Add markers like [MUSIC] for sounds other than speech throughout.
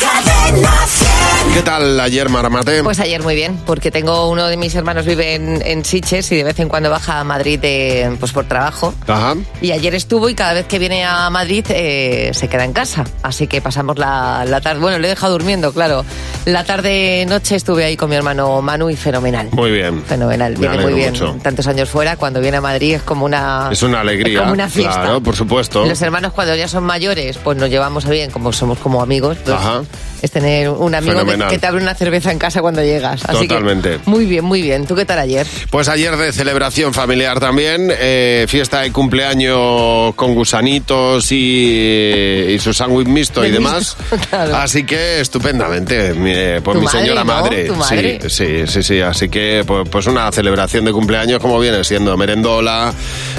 Cadena 100. ¿Qué tal ayer, Maramate? Pues ayer muy bien, porque tengo uno de mis hermanos vive en, en Siches y de vez en cuando baja a Madrid de- pues por trabajo. Ajá. Y ayer estuvo y cada vez que viene a Madrid eh, se queda en casa. Así que pasamos la, la tarde, bueno, le he dejado durmiendo, claro. La tarde-noche estuve ahí con mi hermano Manu y fenomenal. Muy bien. Fenomenal, Me viene muy alegro bien. mucho. Tantos años fuera, cuando viene a Madrid es como una... Es una alegría. es como una fiesta. Claro, por supuesto. Los hermanos cuando ya son mayores, pues nos llevamos bien, como somos como amigos. pues Entonces, Ajá. Es tener un amigo que, Fenomenal. que te abre una cerveza en casa cuando llegas. Así que, Totalmente. muy bien, muy bien. ¿Tú qué tal ayer? Pues ayer de celebración familiar también, eh, fiesta de cumpleaños con gusanitos y, y su sándwich mixto y De demás. mixto, [LAUGHS] claro. Así que estupendamente, mi- eh, por Tu mi madre, señora ¿no? madre. Tu madre. Sí, sí, sí, sí. Así que pues, pues una celebración de cumpleaños como viene siendo, merendola,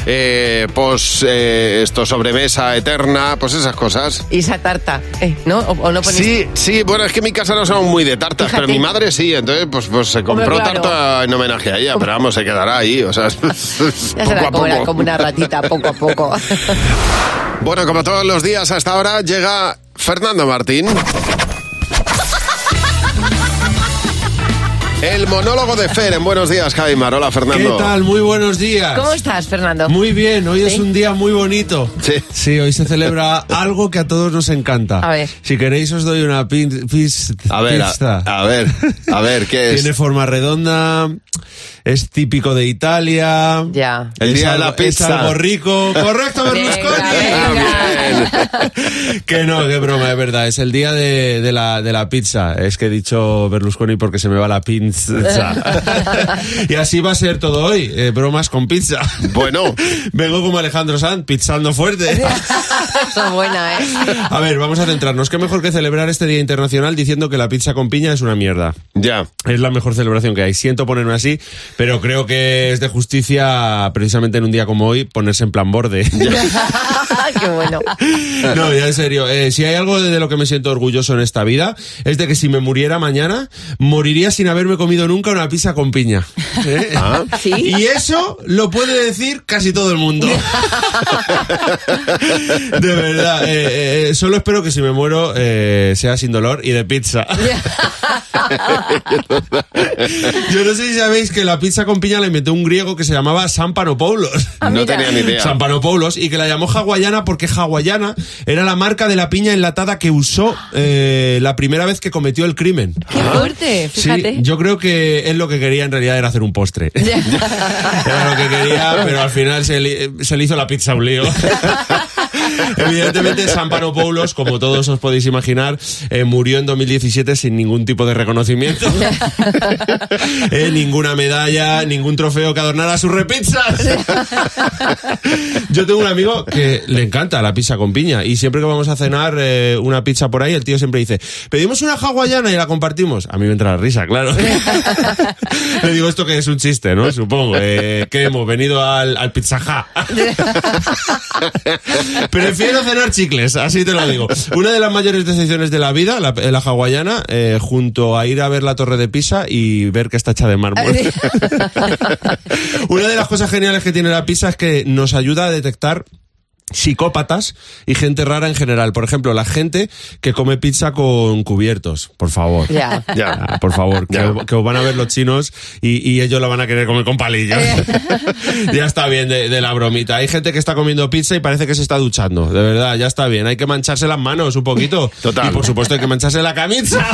eh, pues eh, esto sobremesa eterna, pues esas cosas. ¿Y esa tarta? eh, ¿No? ¿O, o no ponéis- Sí, sí, bueno, es que en mi casa no somos muy de tartas, Fíjate. pero mi madre sí, entonces pues, pues se Hombre, compró claro. tarta en homenaje a ella, pero vamos, se quedará ahí, o sea, [LAUGHS] Ya poco será a como, una- poco. como una [LAUGHS] ratita, poco a poco. Bueno, como todos los días hasta ahora llega Fernando Martín. El monólogo de Fer en Buenos Días, Jaimar. Hola, ¿Qué Fernando. tal? Muy buenos días. ¿Cómo estás, Fernando? [LAUGHS] Muy bien, hoy es ¿Sí? un día muy bonito. Sí. hoy [LAUGHS] se celebra algo que a todos nos encanta. A ver. Si queréis os doy una pin- pis- A ver, a, pista. a ver, a ver, ¿qué Tiene es? forma redonda, es típico de Italia. Ya. El es día de algo- la pizza. Es algo [LAUGHS] rico. Correcto, Venga, Berlusconi. venga. [LAUGHS] que no, qué broma, es verdad. Es el día de, de la, de la pizza. Es que he dicho Berlusconi porque se me va [LAUGHS] la pinza. [LAUGHS] y así va a ser todo hoy. eh, bromas con pizza. Bueno, [LAUGHS] Vengo como Alejandro Sanz, [LAUGHS] pizzando fuerte. Esa es buena, ¿eh? A ver, vamos a centrarnos. ¿Qué mejor que celebrar este Día Internacional diciendo que la pizza con piña es una mierda? ya. Es la mejor celebración que hay. Siento ponerme así, pero creo que es de justicia, precisamente en un día como hoy, ponerse en plan borde. [LAUGHS] Qué bueno. No, ya en serio. eh, si hay algo de lo que me siento orgulloso en esta vida, es de que si me muriera mañana, moriría sin haberme comido nunca una pizza con piña. ¿Eh? Ah. Sí. [LAUGHS] Y eso lo puede decir casi todo el mundo. De verdad. eh, eh, solo espero que si me muero eh, sea sin dolor y de pizza. Yo no sé si sabéis que la pizza con piña la inventó un griego que se llamaba Sampanopoulos. No mira. tenía ni idea. San Panopoulos y que la llamó hawaiana porque hawaiana era la marca de la piña enlatada que usó eh, la primera vez que cometió el crimen. Qué fuerte, fíjate. Sí, yo creo que él lo que quería en realidad era hacer un postre. [LAUGHS] Era lo que quería, pero al final se le, se le hizo la pizza un lío. Evidentemente, San Panopoulos, como todos os podéis imaginar, eh, murió en 2017 sin ningún tipo de reconocimiento. [LAUGHS] Eh, ninguna medalla, ningún trofeo que adornara sus repizzas. Yo tengo un amigo que le encanta la pizza con piña y siempre que vamos a cenar eh, una pizza por ahí, el tío siempre dice, pedimos una hawaiana y la compartimos. A mí me entra la risa, claro. le digo esto que es un chiste, ¿no? Supongo, eh, que hemos venido al, al pizza Ja. Prefiero cenar chicles, así te lo digo. Una de las mayores decepciones de la vida, la, la hawaiana, eh, junto a ir a ver la torre de Pisa y ver que está hecha de mármol. Una de las cosas geniales que tiene la pizza es que nos ayuda a detectar psicópatas y gente rara en general. Por ejemplo, la gente que come pizza con cubiertos, por favor. Ya. Ya. Ah, por favor, que, Ya. os- que os van a ver los chinos y, y ellos la van a querer comer con palillos. [LAUGHS] ya está bien de, de la bromita. Hay gente que está comiendo pizza y parece que se está duchando. De verdad, ya está bien. Hay que mancharse las manos un poquito. Total. Y por supuesto hay que mancharse la [LAUGHS] camisa.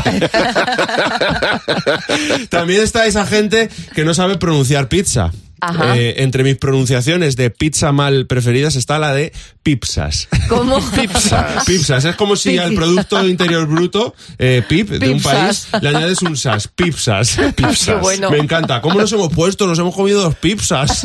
También está esa gente que no sabe pronunciar pizza. Ajá. Eh, entre mis pronunciaciones de pizza mal preferidas está la de pipsas. ¿Cómo? [LAUGHS] Pipsas. Es como si al Producto Interior Bruto, eh, PIB, de un Pipsas. país, le añades un SAS. Pipsas. Qué Pipsas. bueno. Me encanta. ¿Cómo nos hemos puesto? Nos hemos comido dos [LAUGHS] pipsas.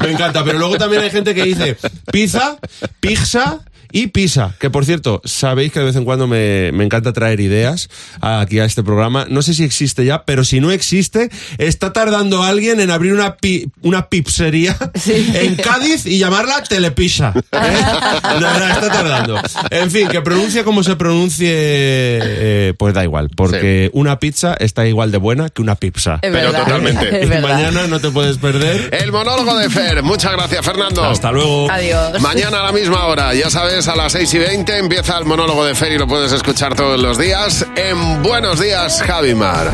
Me encanta. Pero luego también hay gente que dice pizza, pizza y Pisa, que por cierto, sabéis que de vez en cuando me, me encanta traer ideas aquí a este programa. No sé si existe ya, pero si no existe, está tardando alguien en abrir una, pi- una pizzería en Cádiz y llamarla [LAUGHS] Telepisa. ¿eh? La verdad, está tardando. En fin, que pronuncia como se pronuncie, eh, pues da igual, porque una pizza está igual de buena que una pizza. Es Pero verdad, totalmente. es Y verdad. mañana no te puedes perder. El monólogo de Fer. Muchas gracias, Fernando. Hasta luego. Adiós. Mañana a la misma hora, ya sabes, a las 6 y 20 empieza el monólogo de Fer y lo puedes escuchar todos los días en Buenos Días, Javimar.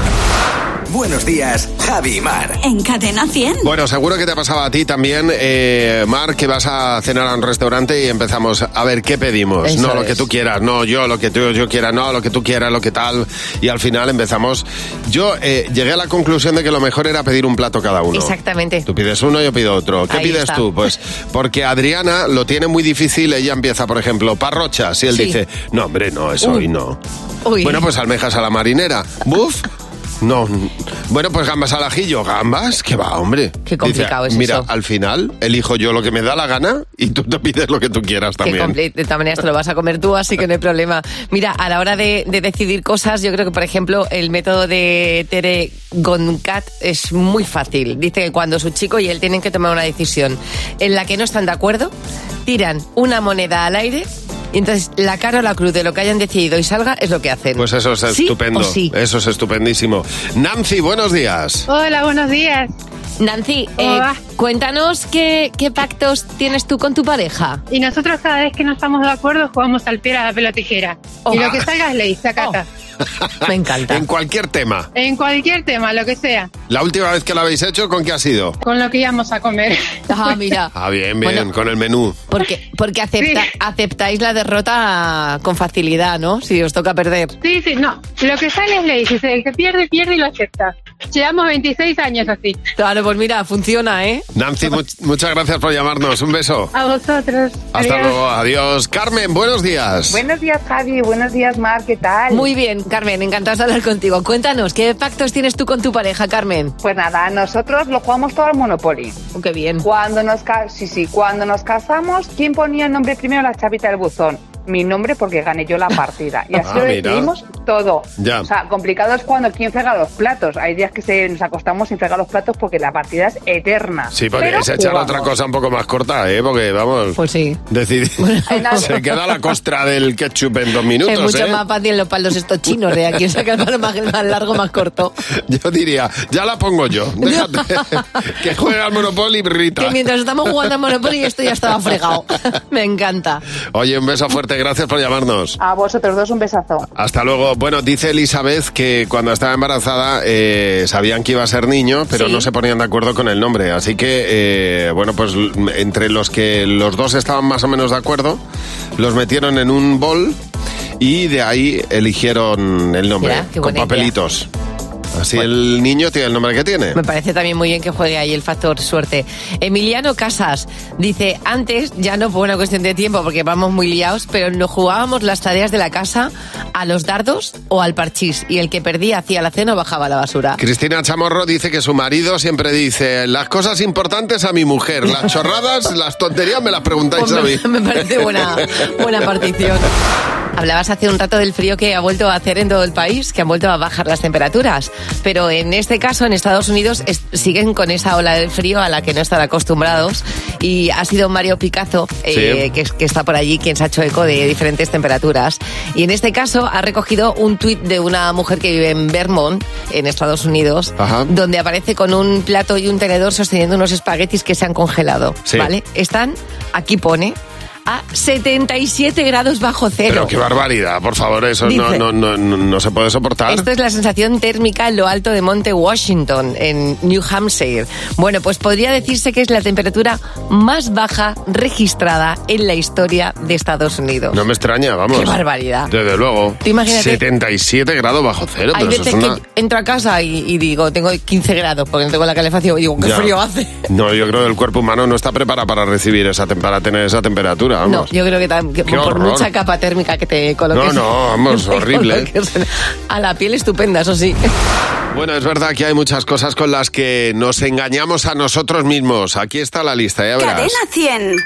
Buenos días, Javi Mar. En Cadena 100. Bueno, seguro que te pasaba a ti también, eh, Mar, que vas a cenar a un restaurante y empezamos a ver qué pedimos. Eso no lo es. que tú quieras, no yo lo que tú yo quiera, no lo que tú quieras, lo que tal. Y al final empezamos. Yo eh, llegué a la conclusión de que lo mejor era pedir un plato cada uno. Exactamente. Tú pides uno, yo pido otro. ¿Qué Ahí pides está. tú? Pues porque Adriana lo tiene muy difícil. Ella empieza, por ejemplo, parrochas y él Sí. dice, no, hombre, no, eso Uy. hoy no. Uy. Bueno, pues almejas a la marinera. Buf. No. Bueno, pues gambas al ajillo. Gambas, que va, hombre. Qué complicado Dice, es Mira, eso". al final elijo yo lo que me da la gana y tú te pides lo que tú quieras Que también. comple- de todas maneras te lo vas a comer tú, así que no hay problema. Mira, a la hora de, de decidir cosas, yo creo que, por ejemplo, el método de Tere Goncat es muy fácil. Dice que cuando su chico y él tienen que tomar una decisión en la que no están de acuerdo, tiran una moneda al aire y entonces la cara o la cruz de lo que hayan decidido y salga es lo que hacen. Pues eso es ¿Sí estupendo. o sí? Eso es estupendísimo. Nancy, buenos días. Hola, buenos días. Nancy, ¿Cómo eh, va? cuéntanos qué, qué pactos tienes tú con tu pareja. Y nosotros cada vez que no estamos de acuerdo jugamos al piedra, la tijera. Oh. Y lo que salga es ley, sacata. Me encanta. [LAUGHS] en cualquier Oh. tema. En cualquier tema, lo que sea, La última vez que lo habéis hecho, ¿con qué ha sido? con lo que íbamos a comer. Ah, mira. Ah, bien, bien, Bueno. con el menú. Porque, porque [LAUGHS] acepta- Sí. aceptáis la derrota con facilidad, ¿no? Si os toca perder. Sí, sí, no. Lo que sale es ley. Si se- el que pierde, pierde y lo acepta. Llevamos 26 años así. Claro, pues mira, funciona, ¿eh? [LAUGHS] Nancy, much- muchas gracias por llamarnos. Un beso. A vosotros. Hasta Adiós. luego. Adiós. Carmen, buenos días. Buenos días, Javi. Buenos días, Mar. ¿Qué tal? Muy bien, Carmen, encantada de hablar contigo. Cuéntanos, ¿qué pactos tienes tú con tu pareja, Carmen? Pues nada, nosotros lo jugamos todo al Monopoly. Oh, qué bien. Cuando nos, ca- sí, sí, cuando nos casamos, ¿quién ponía el nombre primero en la chavita del buzón? Mi nombre porque [LAUGHS] gané yo la partida. Y así Ah, lo mira. decidimos todo. Ya. O sea, complicado es cuando quién frega los platos. Hay días que se nos acostamos sin fregar los platos porque la partida es eterna. Sí, porque Pero se echar jugamos. otra cosa un poco más corta, ¿eh? Porque, vamos, Pues sí. [LAUGHS] decidir... Hay [LAUGHS] nada. se queda la costra del ketchup en dos Es minutos, mucho ¿eh? más fácil los palos estos chinos de aquí, sacar el palo más, más largo, más corto. [LAUGHS] Yo diría, ya la pongo yo. [LAUGHS] Déjate que juegue al Monopoly, Rita. Que mientras estamos jugando a Monopoly esto ya estaba fregado. Me encanta. Oye, un beso fuerte. Gracias por llamarnos. A vosotros dos un besazo. Hasta luego. Bueno, dice Elizabeth que cuando estaba embarazada eh, sabían que iba a ser niño, pero Sí. no se ponían de acuerdo con el nombre. Así que, eh, bueno, pues l- entre los que los dos estaban más o menos de acuerdo, los metieron en un bol y de ahí eligieron el nombre Mira, qué con buena idea. papelitos. Así el niño tiene el nombre que tiene. Me parece también muy bien que juegue ahí el factor suerte. Emiliano Casas dice, antes, ya no por una cuestión de tiempo porque vamos muy liados, pero nos jugábamos las tareas de la casa a los dardos o al parchís y el que perdía hacía la cena o bajaba a la basura. Cristina Chamorro dice que su marido siempre dice las cosas importantes a mi mujer, las chorradas, las tonterías me las preguntáis Pues a mí. me, [LAUGHS] me parece buena, buena partición. Hablabas hace un rato del frío que ha vuelto a hacer en todo el país, que han vuelto a bajar las temperaturas. Pero en este caso, en Estados Unidos, es- siguen con esa ola del frío a la que no están acostumbrados. Y ha sido Mario Picazo, eh, Sí. que, es- que está por allí, quien se ha hecho eco de diferentes temperaturas. Y en este caso, ha recogido un tuit de una mujer que vive en Vermont, en Estados Unidos, Ajá. donde aparece con un plato y un tenedor sosteniendo unos espaguetis que se han congelado. Sí. ¿Vale? están, aquí pone, a 77 grados bajo cero. Pero qué barbaridad, por favor, eso Dice- no, no, no, no, no se puede soportar. Esto es la sensación térmica en lo alto de Monte Washington, en New Hampshire. Bueno, pues podría decirse que es la temperatura más baja registrada en la historia de Estados Unidos. No me extraña, vamos. Qué barbaridad. Desde luego. Tú imagínate- 77 grados bajo cero, Hay pero eso veces es una... que entro a casa y, y digo, tengo 15 grados porque no tengo la calefacción y digo, qué Ya. frío hace. No, yo creo que el cuerpo humano no está preparado para recibir esa tem- para tener esa temperatura, No, vamos. yo creo que, tam- que Qué por horror. mucha capa térmica que te No, coloques. [LAUGHS] no, vamos, te horrible. ¿eh? coloques. A la piel estupenda, eso sí. Bueno, es verdad que hay muchas cosas con las que nos engañamos a nosotros mismos. Aquí está la lista, ya verás. Cadena 100.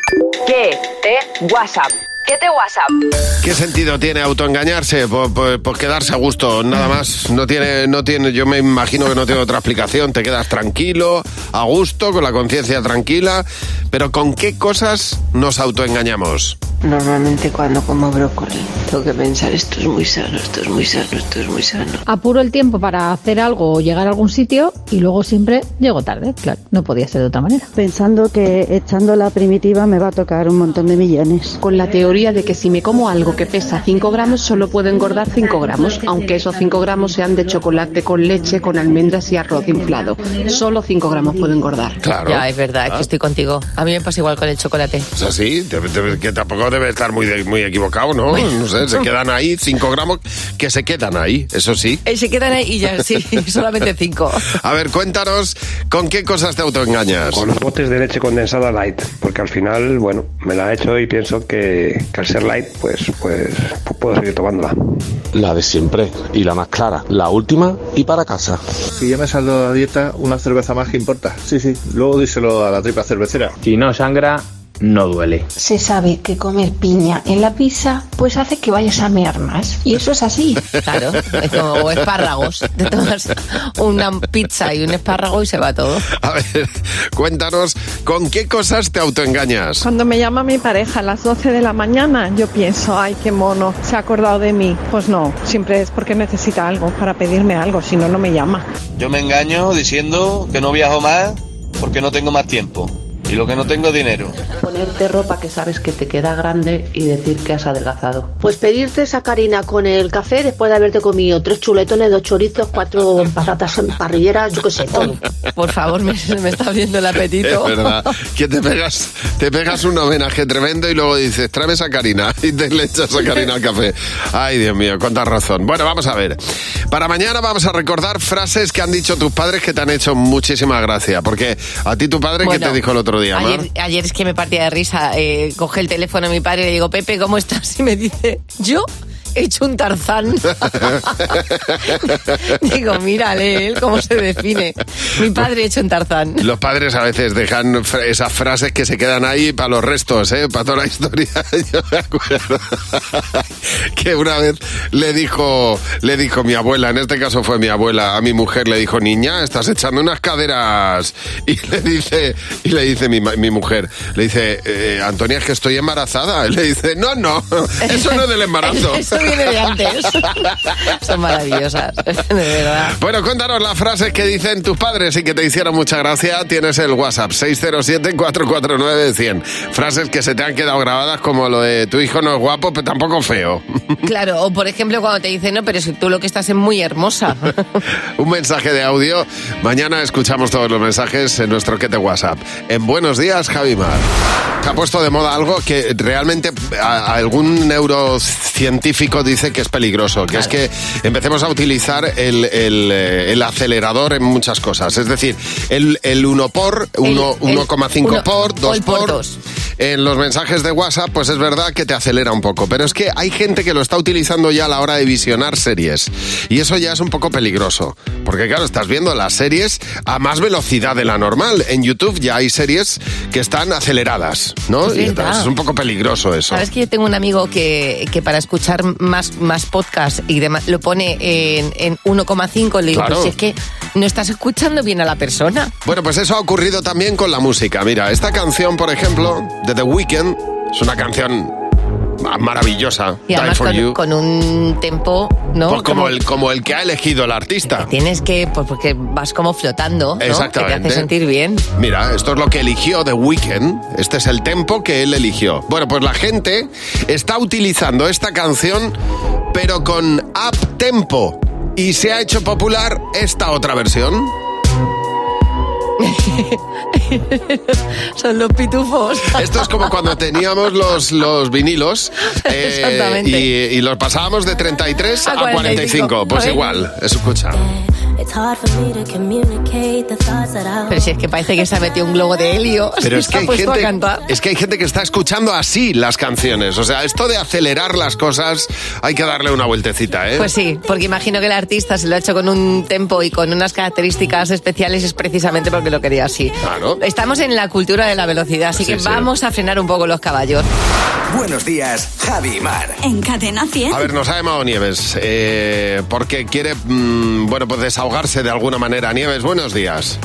¿Qué? ¿Te? WhatsApp. 7 WhatsApp. ¿Qué sentido tiene autoengañarse por, por- por quedarse a gusto? Nada más. No tiene, no tiene. Yo me imagino que no tiene otra explicación. Te quedas tranquilo, a gusto, con la conciencia tranquila. Pero ¿con qué cosas nos autoengañamos? Normalmente cuando como brócoli, tengo que pensar esto es muy sano, esto es muy sano, esto es muy sano. Apuro el tiempo para hacer algo o llegar a algún sitio y luego siempre llego tarde, claro, no podía ser de otra manera. Pensando que echando la primitiva me va a tocar un montón de millones. Con la teoría de que si me como algo que pesa 5 gramos, solo puedo engordar 5 gramos, aunque esos 5 gramos sean de chocolate con leche, con almendras y arroz inflado. Solo 5 gramos puedo engordar. Claro. Ya, es verdad, es que estoy contigo. A mí me pasa igual con el chocolate. Es así, te- te- que tampoco debe estar muy, de- muy equivocado, ¿no? No sé, se quedan ahí 5 gramos que se quedan ahí, eso sí. Eh, se quedan ahí y [LAUGHS] ya, sí, solamente cinco. A ver, cuéntanos con qué cosas te autoengañas. Con los botes de leche condensada light, porque al final, bueno, me la he hecho y pienso que, que al ser light, pues, pues, pues puedo seguir tomándola. La de siempre y la más clara, la última y para casa. Si ya me salgo de la dieta, una cerveza más que importa. Sí, sí. Luego díselo a la tripa cervecera. Si no sangra, no duele. Se sabe que comer piña en la pizza pues hace que vayas a mear más. Y eso es así. Claro, es como o espárragos. Te tomas [LAUGHS] una pizza y un espárrago y se va todo. [LAUGHS] A ver, cuéntanos con qué cosas te autoengañas. Cuando me llama mi pareja a las 12 de la mañana, yo pienso, ay, qué mono, se ha acordado de mí. Pues no, siempre es porque necesita algo, para pedirme algo, si no, no me llama. Yo me engaño diciendo que no viajo más porque no tengo más tiempo. Y lo que no tengo es dinero. Ponerte ropa que sabes que te queda grande y decir que has adelgazado. Pues pedirte esa carina con el café después de haberte comido tres chuletones, dos chorizos, [LAUGHS] cuatro patatas parrilleras, yo qué sé, todo. Por favor, me, se me está abriendo el Es apetito. verdad, que te pegas, te pegas un homenaje tremendo y luego dices, tráeme esa Karina [LAUGHS] y te le echas a Karina al café. Ay, Dios mío, cuánta razón. Bueno, vamos a ver. Para mañana vamos a recordar frases que han dicho tus padres que te han hecho muchísima gracia. Porque a ti tu padre, ¿qué Bueno, te dijo el otro día, Mar? [LAUGHS] Ayer, ayer es que me partía de risa. Eh, coge el teléfono a mi padre y le digo, Pepe, ¿cómo estás? Y me dice, yo he hecho un [LAUGHS] tarzán. [LAUGHS] digo, mírale él cómo se define. Mi padre ha hecho un tarzán. Los padres a veces dejan fra- esas frases que se quedan ahí para los restos, ¿eh? para toda la historia. [LAUGHS] Yo me acuerdo [LAUGHS] que una vez le dijo, le dijo mi abuela, en este caso fue mi abuela, a mi mujer le dijo, niña, estás echando unas caderas. [LAUGHS] Y le dice, y le dice mi, ma- mi mujer, le dice, "Eh, Antonia, es que estoy embarazada. [LAUGHS] Y le dice, no, no, eso no es del [LAUGHS] embarazo. Eso viene de antes. Son maravillosas, [LAUGHS] de verdad. Bueno, cuéntanos las frases que dicen tus padres y que te hicieron mucha gracia. Tienes el WhatsApp 607-449-100. Frases que se te han quedado grabadas como lo de tu hijo no es guapo, pero tampoco feo. Claro, o por ejemplo cuando te dicen, no, pero si tú lo que estás es muy hermosa. Un mensaje de audio. Mañana escuchamos todos los mensajes en nuestro quete WhatsApp. En Buenos Días, Javimar. Se ha puesto de moda algo que realmente a- algún neurocientífico dice que es peligroso, que es que empecemos a utilizar el, el, eh, el acelerador en muchas cosas. Es decir, el, el 1 por, uno- el 1,5 uno- por, o 2 el por por. dos. En los mensajes de WhatsApp, pues es verdad que te acelera un poco, pero es que hay gente que lo está utilizando ya a la hora de visionar series. Y eso ya es un poco peligroso, porque claro, estás viendo las series a más velocidad de la normal. En YouTube ya hay series que están aceleradas, ¿no? Es y verdad. entonces es un poco peligroso eso. Sabes que yo tengo un amigo que, que para escuchar más, más podcast y demás lo pone en, en 1,5. Le digo, Claro. pero si es que no estás escuchando bien a la persona. Bueno, pues eso ha ocurrido también con la música. Mira, esta canción, por ejemplo, de The Weeknd, es una canción maravillosa. Y Die además for con, You. con un tempo, ¿no? Pues como, el, como el que ha elegido el artista. Tienes que, pues porque vas como flotando, ¿no? Que te Exactamente. hace sentir bien. Mira, esto es lo que eligió The Weeknd. Este es el tempo que él eligió. Bueno, pues la gente está utilizando esta canción, pero con up tempo. Y se ha hecho popular esta otra versión. [LAUGHS] Son los pitufos. [LAUGHS] Esto es como cuando teníamos los, [LAUGHS] los vinilos eh, Exactamente. y, y los pasábamos de 33 a A 45. 45. Pues Ay. igual, escucha. It It's hard for me to communicate the thoughts that I Pero si es que parece que se ha metido un globo de helio. [LAUGHS] Pero y es se que, ha hay puesto gente, a cantar. es que hay gente que está escuchando así las canciones. O sea, esto de acelerar las cosas hay que darle una vueltecita, ¿eh? Pues sí, porque imagino que el artista se lo ha hecho con un tempo y con unas características especiales es precisamente porque lo quería así. Claro. Estamos en la cultura de la velocidad, así Sí, que sí. vamos a frenar un poco los caballos. Buenos días, Javi Mar. En Cadena 100. A ver, nos ha llamado Nieves eh, porque quiere, mm, bueno, pues desahogarse de alguna manera. Nieves, buenos días.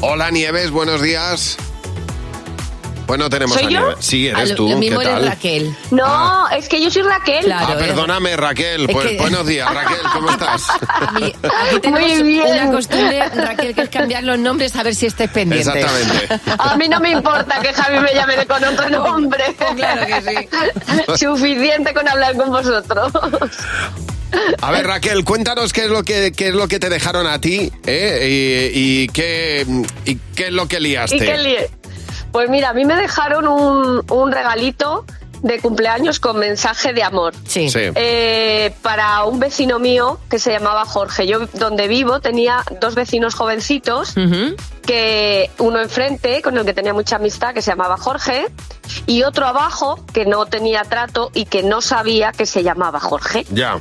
Hola Nieves, buenos días. Bueno, tenemos ¿Soy a yo? Nieves. Sí, eres Al- tú. lo mismo ¿Qué eres tal? Raquel. eh. No, es que yo soy Raquel. ah, [LAUGHS] perdóname, Raquel. Es Pues, que- Buenos días, Raquel, ¿cómo estás? Aquí tenemos Muy bien. una costumbre, Raquel, que es cambiar los nombres a ver si estés pendiente. Exactamente. A mí no me importa que Javi me llame de con otro nombre. Claro que [LAUGHS] sí. Suficiente con hablar con vosotros. A ver, Raquel, cuéntanos qué es lo que, qué es lo que te dejaron a ti ¿eh? y, y qué, y qué es lo que liaste. ¿Y qué líe? Pues mira, a mí me dejaron un, un regalito de cumpleaños con mensaje de amor. Sí. Sí. Eh, para un vecino mío que se llamaba Jorge. Yo donde vivo tenía dos vecinos jovencitos que uno enfrente, con el que tenía mucha amistad, que se llamaba Jorge, y otro abajo, que no tenía trato y que no sabía que se llamaba Jorge. Ya.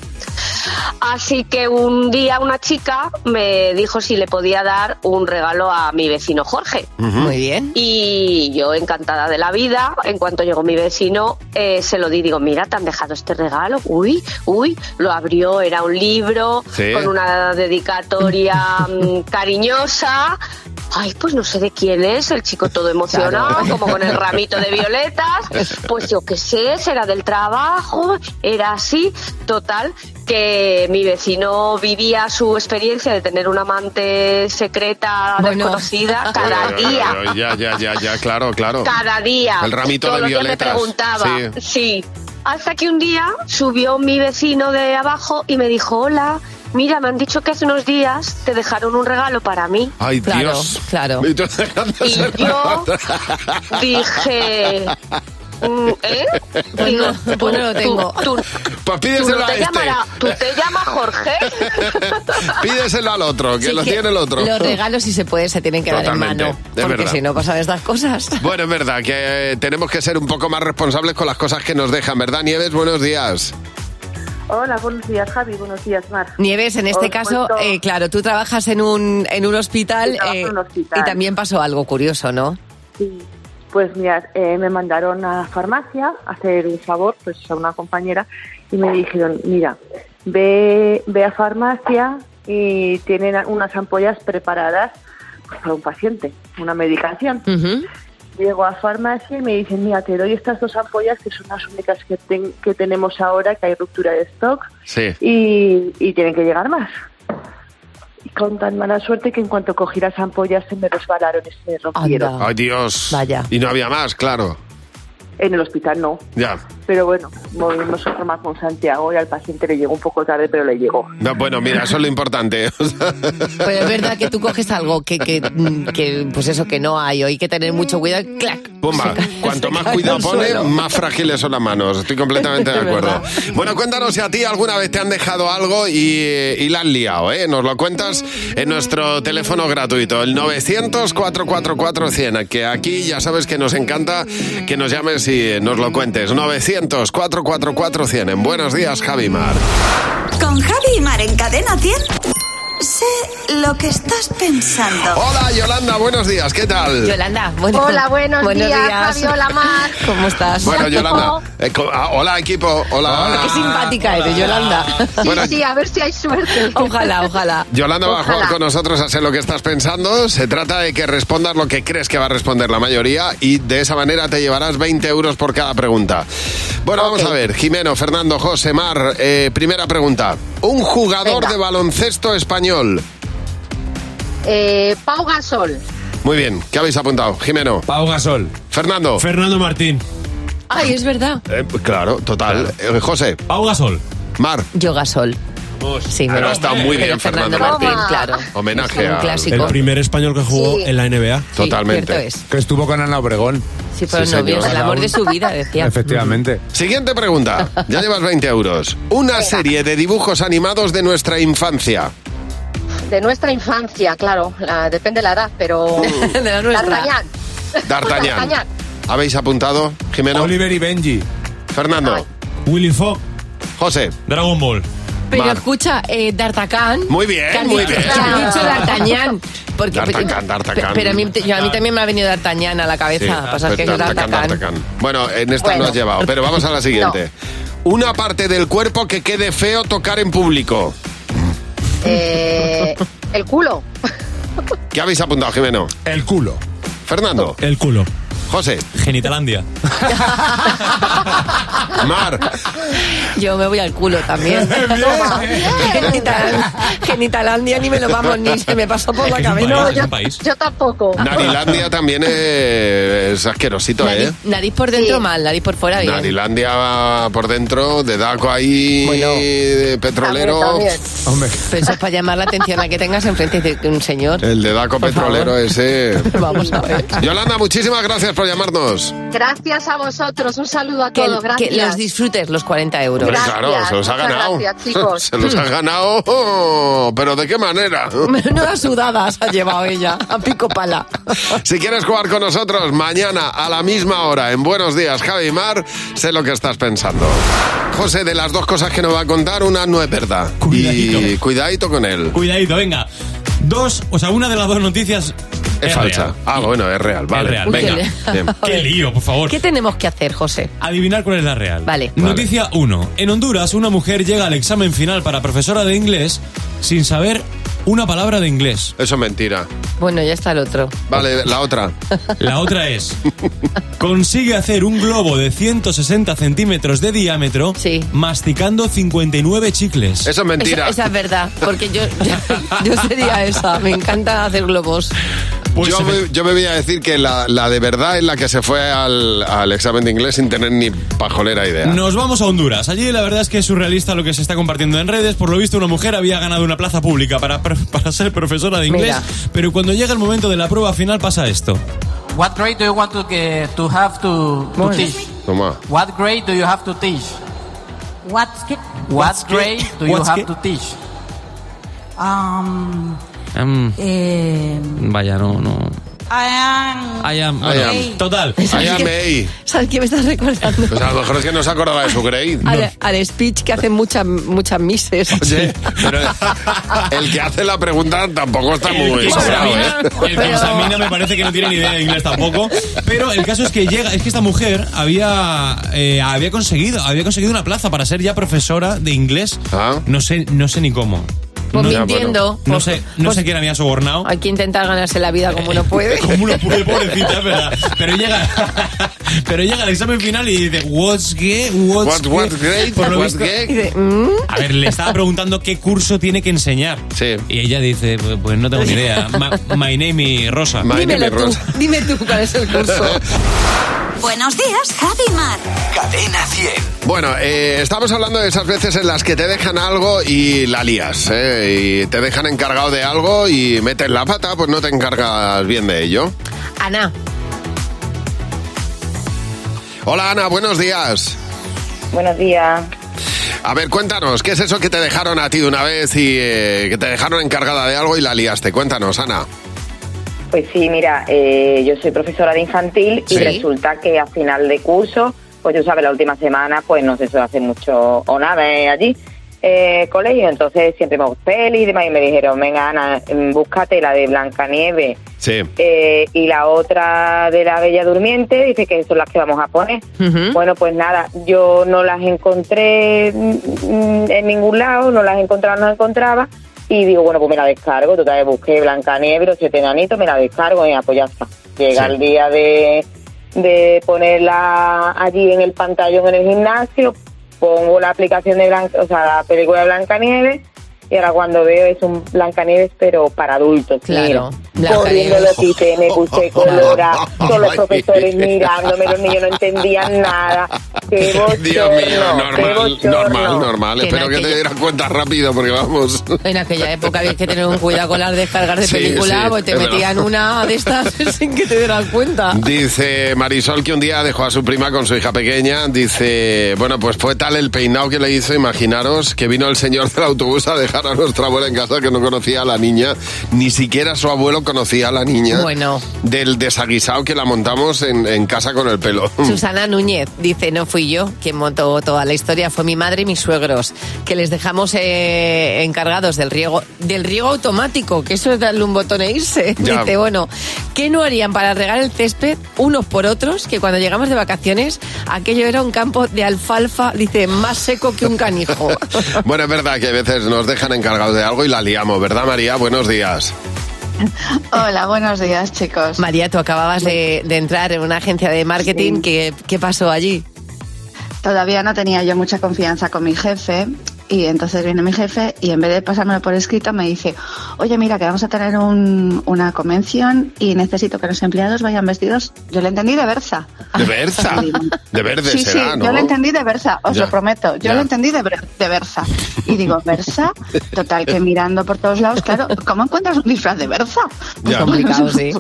Así que un día una chica me dijo si le podía dar un regalo a mi vecino Jorge. Muy bien. Y yo encantada de la vida, en cuanto llegó mi vecino, eh, se lo di, digo, mira, te han dejado este regalo, uy, uy, lo abrió, era un libro Sí. con una dedicatoria mm, [LAUGHS] cariñosa. Ay, pues no sé de quién es, el chico todo emocionado, Claro. como con el ramito de violetas. Pues yo qué sé, será del trabajo, era así. Total, que mi vecino vivía su experiencia de tener una amante secreta Bueno. desconocida [LAUGHS] cada Ay, ay, día ay, ay, Ya, ya, ya, ya, claro, claro. cada día. El ramito de Todos los días violetas. me preguntaba. Sí. Sí. Hasta que un día subió mi vecino de abajo y me dijo, hola, mira, me han dicho que hace unos días te dejaron un regalo para mí. Ay, Claro, Dios. Claro. Y tú dejando Y ser- yo [LAUGHS] dije, mm, ¿eh? Pues Digo, no, pues "Tú- no lo tú- tengo". tú- Pues tú pídeselo no a te este. llamará- ¿Tú te llamas Jorge? [LAUGHS] Pídeselo al otro, que Sí, lo que tiene el otro. Los regalos, si se puede, se tienen que Totalmente, dar en mano. es porque verdad. si no pasan estas cosas. Bueno, es verdad que eh, tenemos que ser un poco más responsables con las cosas que nos dejan, ¿verdad, Nieves? Buenos días. Hola, buenos días, Javi. Buenos días, Mar. Nieves, en este Os caso, cuento- eh, claro, tú trabajas en un, en un hospital, eh, Sí, trabajo en un hospital. y también pasó algo curioso, ¿no? Sí. Pues mira, eh, me mandaron a farmacia a hacer un favor pues a una compañera y me dijeron, mira, ve, ve a farmacia y tienen unas ampollas preparadas pues, para un paciente, una medicación. Llego a farmacia y me dicen, mira, te doy estas dos ampollas que son las únicas que, ten- que tenemos ahora, que hay ruptura de stock Sí. y, y tienen que llegar más. Y con tan mala suerte que en cuanto cogí las ampollas se me resbalaron y se me rompieron. Ay, Dios. Vaya. Y no había más, claro. En el hospital no. Ya. Pero bueno, movimos otro más con Santiago y al paciente le llegó un poco tarde, pero le llegó. No, bueno, mira, eso es lo importante. [LAUGHS] O sea, Pero es verdad que tú coges algo que, que, mm, que, pues eso, que no hay, o hay que tener mucho cuidado. Mm. ¡Clac! Pumba, cuanto más cae cuidado al pone, suelo. más frágiles son las manos. [LAUGHS] Estoy completamente de Es acuerdo. Bueno, cuéntanos si a ti alguna vez te han dejado algo y, y la han liado, ¿eh? Nos lo cuentas en nuestro teléfono gratuito, el 900-444-100, que aquí ya sabes que nos encanta que nos llames y nos lo cuentes. 900-444-100. En Buenos días, Javimar. Con Javi y Mar en Cadena 100. Sé lo que estás pensando. Hola, Yolanda, buenos días, ¿qué tal? Yolanda, bueno, Hola, buenos días, Javi, hola, [LAUGHS] Mar. ¿Cómo estás? Bueno, Yolanda. eh, co- ah, hola, equipo. Hola. [LAUGHS] Qué simpática eres, [LAUGHS] Yolanda. Bueno, Sí, a ver si hay suerte. Ojalá, ojalá. Yolanda va a jugar con nosotros a ser lo que estás pensando. Se trata de que respondas lo que crees que va a responder la mayoría y de esa manera te llevarás 20 euros por cada pregunta. Bueno, vamos a ver. Jimeno, Fernando, José, Mar, eh, primera pregunta. Un jugador Venga. de baloncesto español. Eh, Pau Gasol. Muy bien, ¿qué habéis apuntado? Jimeno. Pau Gasol. Fernando. Fernando Martín. Ay, es verdad. claro, total. Eh, José. Pau Gasol. Mar. Yo Gasol. Sí, Pero me- ha estado muy pero bien Fernando, Martín. claro. Homenaje Es un al- clásico. El primer español que jugó Sí. en la NBA. Totalmente. cierto es. Que estuvo con Ana Obregón. Sí, fueron señor. novios, el amor de su vida, decía. Efectivamente. Siguiente pregunta. Ya llevas 20 euros. Una serie de dibujos animados de nuestra infancia. de nuestra infancia, claro, la- depende de la edad, pero... de la nuestra. D'Artagnan. Uh. D'Artagnan. D'Artagnan. ¿Habéis apuntado, Jimeno? Oliver y Benji. Fernando. Willy Fox. José. Dragon Ball. Pero escucha, eh, D'Artagnan. Muy bien, que has muy dicho- bien. Ah. que has dicho D'Artagnan. Porque, D'Artagnan, D'Artagnan. Pero a mí, te- yo- a mí también me ha venido D'Artagnan a la cabeza. Sí. ah, pasa que es D'Artagnan, D'Artagnan. D'Artagnan. Bueno, en esta Bueno. no has llevado, pero vamos a [LAUGHS] la siguiente. Una parte del cuerpo que quede feo tocar en público. Eh, el culo. ¿Qué habéis apuntado, Jimeno? El culo. Fernando. El culo. José. Genitalandia. Mar. [LAUGHS] Yo me voy al culo [LAUGHS] también. Toma. Genital- genitalandia ni me lo vamos, ni se me pasó por la cabeza. país, No, es yo- un país. Yo tampoco. Ah. Narilandia también es asquerosito, ¿eh? Nariz, nariz por dentro mal, nariz por fuera bien. Narilandia por dentro, dedaco ahí, de petrolero. Ah, También, también. Hombre. Pero eso es para llamar la atención a que tengas enfrente de un señor. El dedaco petrolero ese. [LAUGHS] Vamos a ver. Yolanda, muchísimas gracias por llamarnos. Gracias a vosotros, un saludo a Que, todos, gracias. que los disfrutes los 40 euros. Hombre, claro, se los ha muchas ganado. [LAUGHS] gracias, chicos. Se [LAUGHS] los ha ganado, oh, pero ¿de [LAUGHS] qué manera? Menudas sudadas ha llevado ella, a pico pala. Si quieres jugar con nosotros mañana a la misma hora en Buenos Días, Javi Mar, sé lo que estás pensando. José, de las dos cosas que nos va a contar, una no es verdad. Y cuidadito con él. Cuidadito, venga. Dos, o sea, una de las dos noticias Es falsa. Ah, bueno, es real, vale. Es real, Uy, qué venga. le- Bien. [LAUGHS] Qué lío, por favor. ¿Qué tenemos que hacer, José? Adivinar cuál es la real. Vale. Noticia 1. En Honduras, una mujer llega al examen final para profesora de inglés sin saber una palabra de inglés. Eso es mentira. Bueno, ya está el otro. Vale, la otra. La [LAUGHS] otra es. Consigue hacer un globo de 160 centímetros de diámetro masticando 59 chicles. Eso es Esa, esa es verdad, porque yo, [LAUGHS] yo, yo sería esa. Me encanta hacer globos. Pues yo, me, yo me voy a decir que la, la de verdad es la que se fue al, al examen de inglés sin tener ni pajolera idea. Nos vamos a Honduras. Allí la verdad es que es surrealista lo que se está compartiendo en redes. Por lo visto, una mujer había ganado una plaza pública para, [LAUGHS] para ser profesora de inglés. Mira. Pero cuando llega el momento de la prueba final pasa esto. What grade do you want to get, to have to, to teach? Toma. What grade do you have to teach? What? What What's grade grade? do you What's have grade? to teach? Um, eh, Vaya, no, no. I am. I am. I am. Total. I am A. ¿Sabes qué me estás recordando? Pues a lo mejor es que no se acordaba de su grade. Al, al speech que hacen muchas, muchas mises. Oye, pero el que hace la pregunta tampoco está muy sobrado, ¿eh? El que examina me parece que no tiene ni idea de inglés tampoco. Pero el caso es que llega, es que esta mujer había, eh, había conseguido, había conseguido una plaza para ser ya profesora de inglés. Ah. No sé, no sé ni cómo. Pues no, mintiendo. No Pues- sé, no sé quién había sobornado. Hay que intentar ganarse la vida como uno puede. Como lo pude, pobrecita, es verdad. Pero llega, [LAUGHS] pero llega al examen final y dice, what's gay, what's What- what grade, gay?" Por lo what's visto- gay? Y de, mm, A ver, le estaba preguntando qué curso tiene que enseñar. Sí. Y ella dice, pues, pues no tengo ni idea. Ma- my name is Rosa. dímelo tú, [LAUGHS] dime tú cuál es el curso. Buenos días, Javi Mar. Cadena 100. Bueno, eh, estamos hablando de esas veces en las que te dejan algo y la lías, ¿eh? Y te dejan encargado de algo y metes la pata, pues no te encargas bien de ello. Ana, Hola Ana, buenos días. Buenos días. A ver, cuéntanos, ¿qué es eso que te dejaron a ti de una vez y eh, que te dejaron encargada de algo y la liaste? Cuéntanos, Ana. Pues sí, mira, eh, yo soy profesora de infantil y resulta que a final de curso, pues tú sabes, la última semana, pues no se suele hacer mucho o nada eh, allí, eh, colegio. Entonces siempre vamos peli y demás. Y me dijeron, venga, Ana, mm, búscate la de Blancanieves Sí. eh, y la otra de la Bella Durmiente, dice que son las que vamos a poner. Bueno, pues nada, yo no las encontré mm, mm, en ningún lado, no las encontraba, no las encontraba. Y digo, bueno, pues me la descargo, total, que busqué Blancanieves, los siete enanitos, me la descargo, y pues ya está. Llega Sí. el día de, de ponerla allí en el pantallón en el gimnasio, pongo la aplicación de Blanca, o sea, la película de Blancanieves, y ahora cuando veo es un Blancanieves, pero para adultos. Claro, mira. Blancanieves. Corriendo los [LAUGHS] quité, me puse colora, todos los profesores mirándome, los niños no entendían nada. Qué [LAUGHS] Dios mío, bochorno, normal, qué normal, normal. Que Espero no, que que te yo- dieras cuenta rápido porque vamos. en aquella época había que tener un cuidado con las descargas de Sí, película, sí, porque te es verdad. metían una de estas [LAUGHS] sin que te dieras cuenta. Dice Marisol que un día dejó a su prima con su hija pequeña. Dice, bueno, pues fue tal el peinado que le hizo, imaginaros, que vino el señor del autobús a dejar contar a nuestra abuela en casa que no conocía a la niña, ni siquiera su abuelo conocía a la niña Bueno. del desaguisado que la montamos en, en casa con el pelo. Susana Núñez dice, no fui yo quien montó toda la historia, fue mi madre y mis suegros, que les dejamos eh, encargados del riego, del riego automático, que eso es darle un botón e irse. [LAUGHS] Ya. Dice, bueno, ¿qué no harían para regar el césped unos por otros? Que cuando llegamos de vacaciones, aquello era un campo de alfalfa, dice, más seco que un canijo. [LAUGHS] Bueno, es verdad que a veces nos dejan encargados de algo y la liamos, ¿verdad María? Buenos días. Hola, buenos días chicos. María, tú acababas de, de entrar en una agencia de marketing, ¿qué, qué pasó allí? Todavía no tenía yo mucha confianza con mi jefe y entonces viene mi jefe y en vez de pasármelo por escrito me dice, oye mira que vamos a tener un- una convención y necesito que los empleados vayan vestidos, yo lo entendí de Berza. De [LAUGHS] Berza. De verde sí, será, sí, ¿no? yo lo entendí de Berza, os Ya. lo prometo, yo Ya. lo entendí de, Ber- de Berza. Y digo, Berza, total que mirando por todos lados, claro, ¿cómo encuentras un disfraz de Berza? Muy complicado, sí.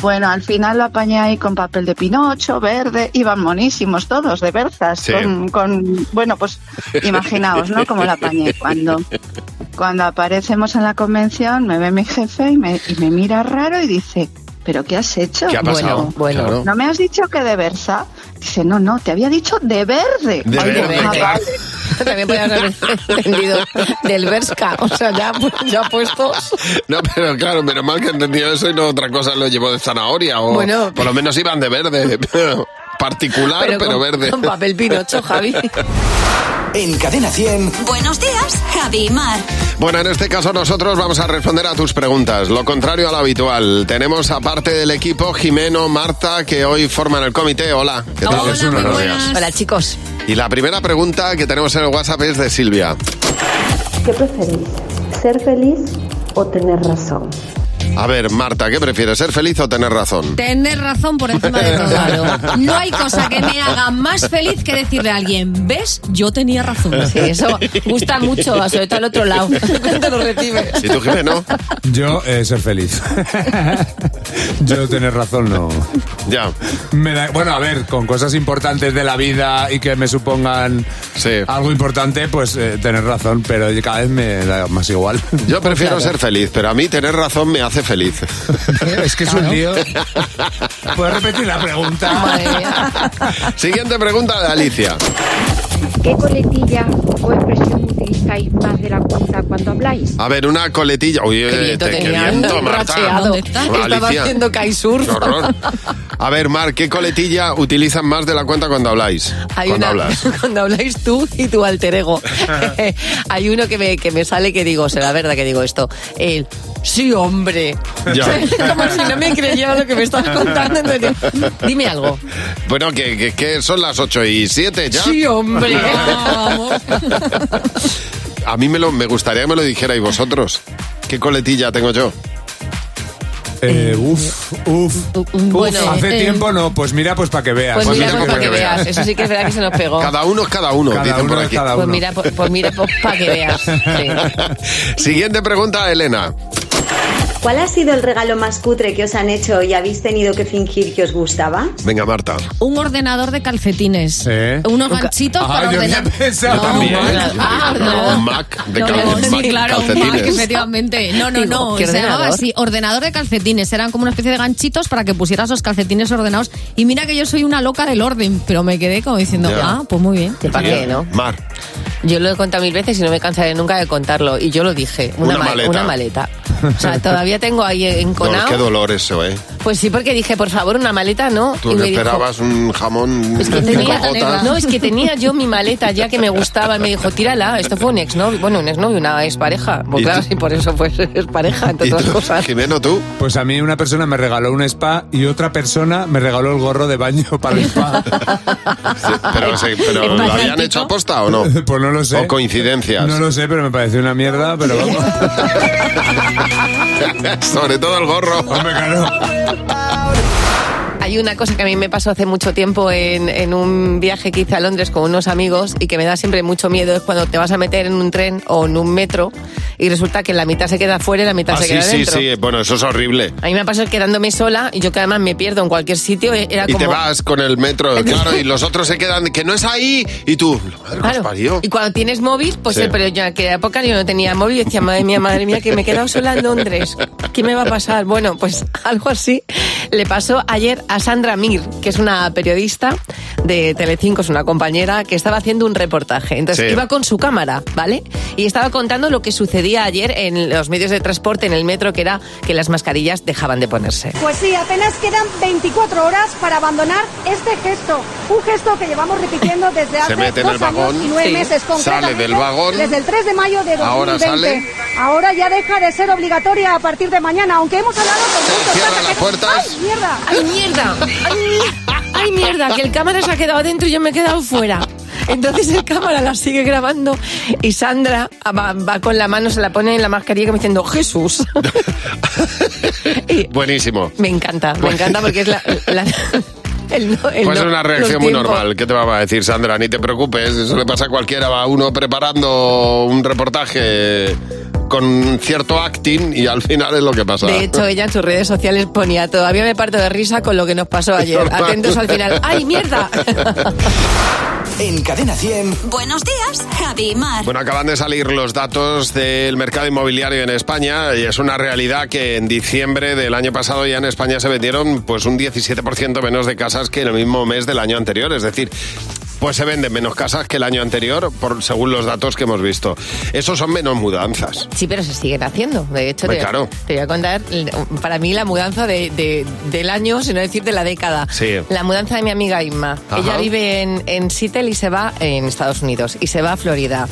Bueno, al final lo apañé ahí con papel de pinocho, verde, iban monísimos todos, de berzas, Sí. con, con- [LAUGHS] bueno, pues imaginaos, ¿no? Como lo apañé. Cuando, cuando aparecemos en la convención, me ve mi jefe y me, y me mira raro y dice, ¿pero qué has hecho? ¿Qué ha pasado? Bueno, bueno, Claro. ¿no me has dicho que de berza? Dice, no, no, te había dicho de verde. De Ay, verde, ah, claro. vale. También podían haber entendido del Berska. O sea, ya, ya puestos. [LAUGHS] No, pero claro, menos mal que entendió eso y no otra cosa lo llevó de zanahoria o Bueno. por lo menos iban de verde. [LAUGHS] Particular, pero, con- verde. Con papel [LAUGHS] pinocho, Javi. En Cadena 100. Buenos días, Javi y Mar. Bueno, en este caso nosotros vamos a responder a tus preguntas, lo contrario a lo habitual. Tenemos aparte del equipo Jimeno, Marta, que hoy forman el comité. Hola. ¿Qué tal? Buenos días. Hola, chicos. Y la primera pregunta que tenemos en el WhatsApp es de Silvia. ¿Qué preferís? ¿Ser feliz o tener razón? A ver, Marta, ¿qué prefieres, ser feliz o tener razón? Tener razón por encima de todo. Claro. No hay cosa que me haga más feliz que decirle a alguien, ¿ves? Yo tenía razón. Sí, eso gusta mucho, sobre todo al otro lado. [LAUGHS] Cuando lo [LAUGHS] recibes. ¿Y tú, [LAUGHS] Jimeno? Yo eh, ser feliz. Yo tener razón no. [LAUGHS] Ya. bueno, a ver, con cosas importantes de la vida y que me supongan algo importante, pues eh, tener razón, pero cada vez me da más igual. [LAUGHS] Yo prefiero ser feliz, pero a mí tener razón me hace feliz. Es que es un lío. ¿Puedes repetir la pregunta? Siguiente pregunta de Alicia. ¿Qué coletilla o expresión utilizáis más de la cuenta cuando habláis? A ver, una coletilla. Uy, eh, te- qué viento, Marta. Estaba Alicia. haciendo kaisur. Qué horror. A ver, Mar, ¿qué coletilla utilizan más de la cuenta cuando habláis? [LAUGHS] Hay cuando una, hablas. [LAUGHS] cuando habláis tú y tu alter [LAUGHS] ego. Hay uno que me, que me sale que digo, será verdad que digo esto. El, sí, hombre. Ya. [LAUGHS] Como si no me creyera lo que me estás contando. entonces, Dime algo. Bueno, que, que- que son las 8 y 7 Eh, ya. Sí, hombre. A mí me, lo, me gustaría que me lo dijerais vosotros. ¿Qué coletilla tengo yo? Eh, uf, uf, uf. Mm, bueno, Hace eh, tiempo no, pues mira, pues para que veas. Pues mira, pues para que veas. Eso sí que es verdad que se nos pegó. [LAUGHS] Cada uno es cada uno, Cada dicen uno por es aquí. cada Pues mira, pues, pues mira, pues para que veas. Sí. [LAUGHS] Siguiente pregunta, Elena. ¿Cuál ha sido el regalo más cutre que os han hecho y habéis tenido que fingir que os gustaba? Venga, Marta. Un ordenador de calcetines. ¿Eh? Unos ganchitos para ordenar. No, Mac. Ah, no. Un Mac de No, cal- no, Mac sí, claro, un Mac, calcetines. efectivamente. No, no, Digo, no. ¿qué Se llamaba ordenador? así, ordenador de calcetines. Eran como una especie de ganchitos para que pusieras los calcetines ordenados. Y mira que yo soy una loca del orden, pero me quedé como diciendo, Ya. ah, pues [LAUGHS] muy bien. ¿Para qué, no? Mar. Yo lo he contado mil veces y no me cansaré nunca de contarlo. Y yo lo dije, Una una, ma- maleta. una maleta. O sea, [LAUGHS] todavía tengo ahí No, qué enconado. dolor eso, ¿eh. pues sí, porque dije, por favor, una maleta, ¿no? Tú y que me dijo, esperabas un jamón es que de cinco tenía, [LAUGHS] gotas. no, es que tenía yo mi maleta ya que me gustaba. Y me dijo, tírala. Esto fue un exnovio. Bueno, un exnovio, una expareja. Pues ¿Y claro, tú? sí, por eso pues es pareja, entre otras cosas. Jimeno, ¿tú? Pues a mí una persona me regaló un spa y otra persona me regaló el gorro de baño [LAUGHS] para el spa. Pero, sí, pero ¿lo habían hecho aposta o no? [LAUGHS] Pues no lo sé. O coincidencias. No lo sé, pero me pareció una mierda, pero vamos. [LAUGHS] Sobre todo el gorro. Hombre, claro. Hay una cosa que a mí me pasó hace mucho tiempo en, en un viaje que hice a Londres con unos amigos y que me da siempre mucho miedo es cuando te vas a meter en un tren o en un metro y resulta que la mitad se queda fuera y la mitad Ah, se sí, queda sí, dentro. sí. Bueno, eso es horrible. A mí me ha pasado quedándome sola y yo que además me pierdo en cualquier sitio. eh, Era Y como, te vas con el metro, claro, y los otros se quedan, que no es ahí, y tú, la madre que os Claro. parió. Y cuando tienes móvil, pues Sí. eh, pero yo en aquella época yo no tenía móvil y decía, madre mía, madre mía, que me he quedado sola en Londres. ¿Qué me va a pasar? Bueno, pues [LAUGHS] algo así le pasó ayer a Sandra Mir, que es una periodista de Telecinco, es una compañera que estaba haciendo un reportaje. Entonces Sí. iba con su cámara, ¿vale? Y estaba contando lo que sucedía ayer en los medios de transporte, en el metro, que era que las mascarillas dejaban de ponerse. Pues sí, apenas quedan 24 horas para abandonar este gesto. Un gesto que llevamos repitiendo desde hace mete en dos el vagón, años y nueve sí, meses. sale concretamente del vagón, Desde el 3 de mayo de 2020. ahora sale. Ahora ya deja de ser obligatoria a partir de mañana, aunque hemos hablado con muchos Cierra las puertas. ¡Ay, mierda! ¡Ay, mierda! ¡Ay, ay, mierda! Que el cámara se ha quedado dentro y yo me he quedado fuera. Entonces el cámara la sigue grabando y Sandra va, va con la mano, se la pone en la mascarilla como diciendo [LAUGHS] ¡Jesús! Buenísimo. Me encanta, me encanta porque es la... la- el no- el Pues Eh, es no- los una reacción muy tiempos. normal. ¿Qué te va a decir, Sandra? Ni te preocupes, eso le pasa a cualquiera. Va uno preparando un reportaje con cierto acting y al final es lo que pasa. De hecho, ella en sus redes sociales ponía todavía me parto de risa con lo que nos [LAUGHS] pasó ayer. Normal. Atentos al final. ¡Ay, mierda! [LAUGHS] En Cadena 100. [LAUGHS] Buenos días, Javi y Mar. Bueno, acaban de salir los datos del mercado inmobiliario en España y es una realidad que en diciembre del año pasado ya en España se vendieron pues un 17% menos de casas que en el mismo mes del año anterior, es decir, pues se venden menos casas que el año anterior por según los datos que hemos visto. Esos son menos mudanzas. Sí, pero se siguen haciendo. De hecho, Hombre, te, claro. te voy a contar para mí la mudanza de, de- del año, si no decir de la década. Sí. La mudanza de mi amiga Inma. Ajá. Ella vive en, en Seattle y se va en Estados Unidos y se va a Florida.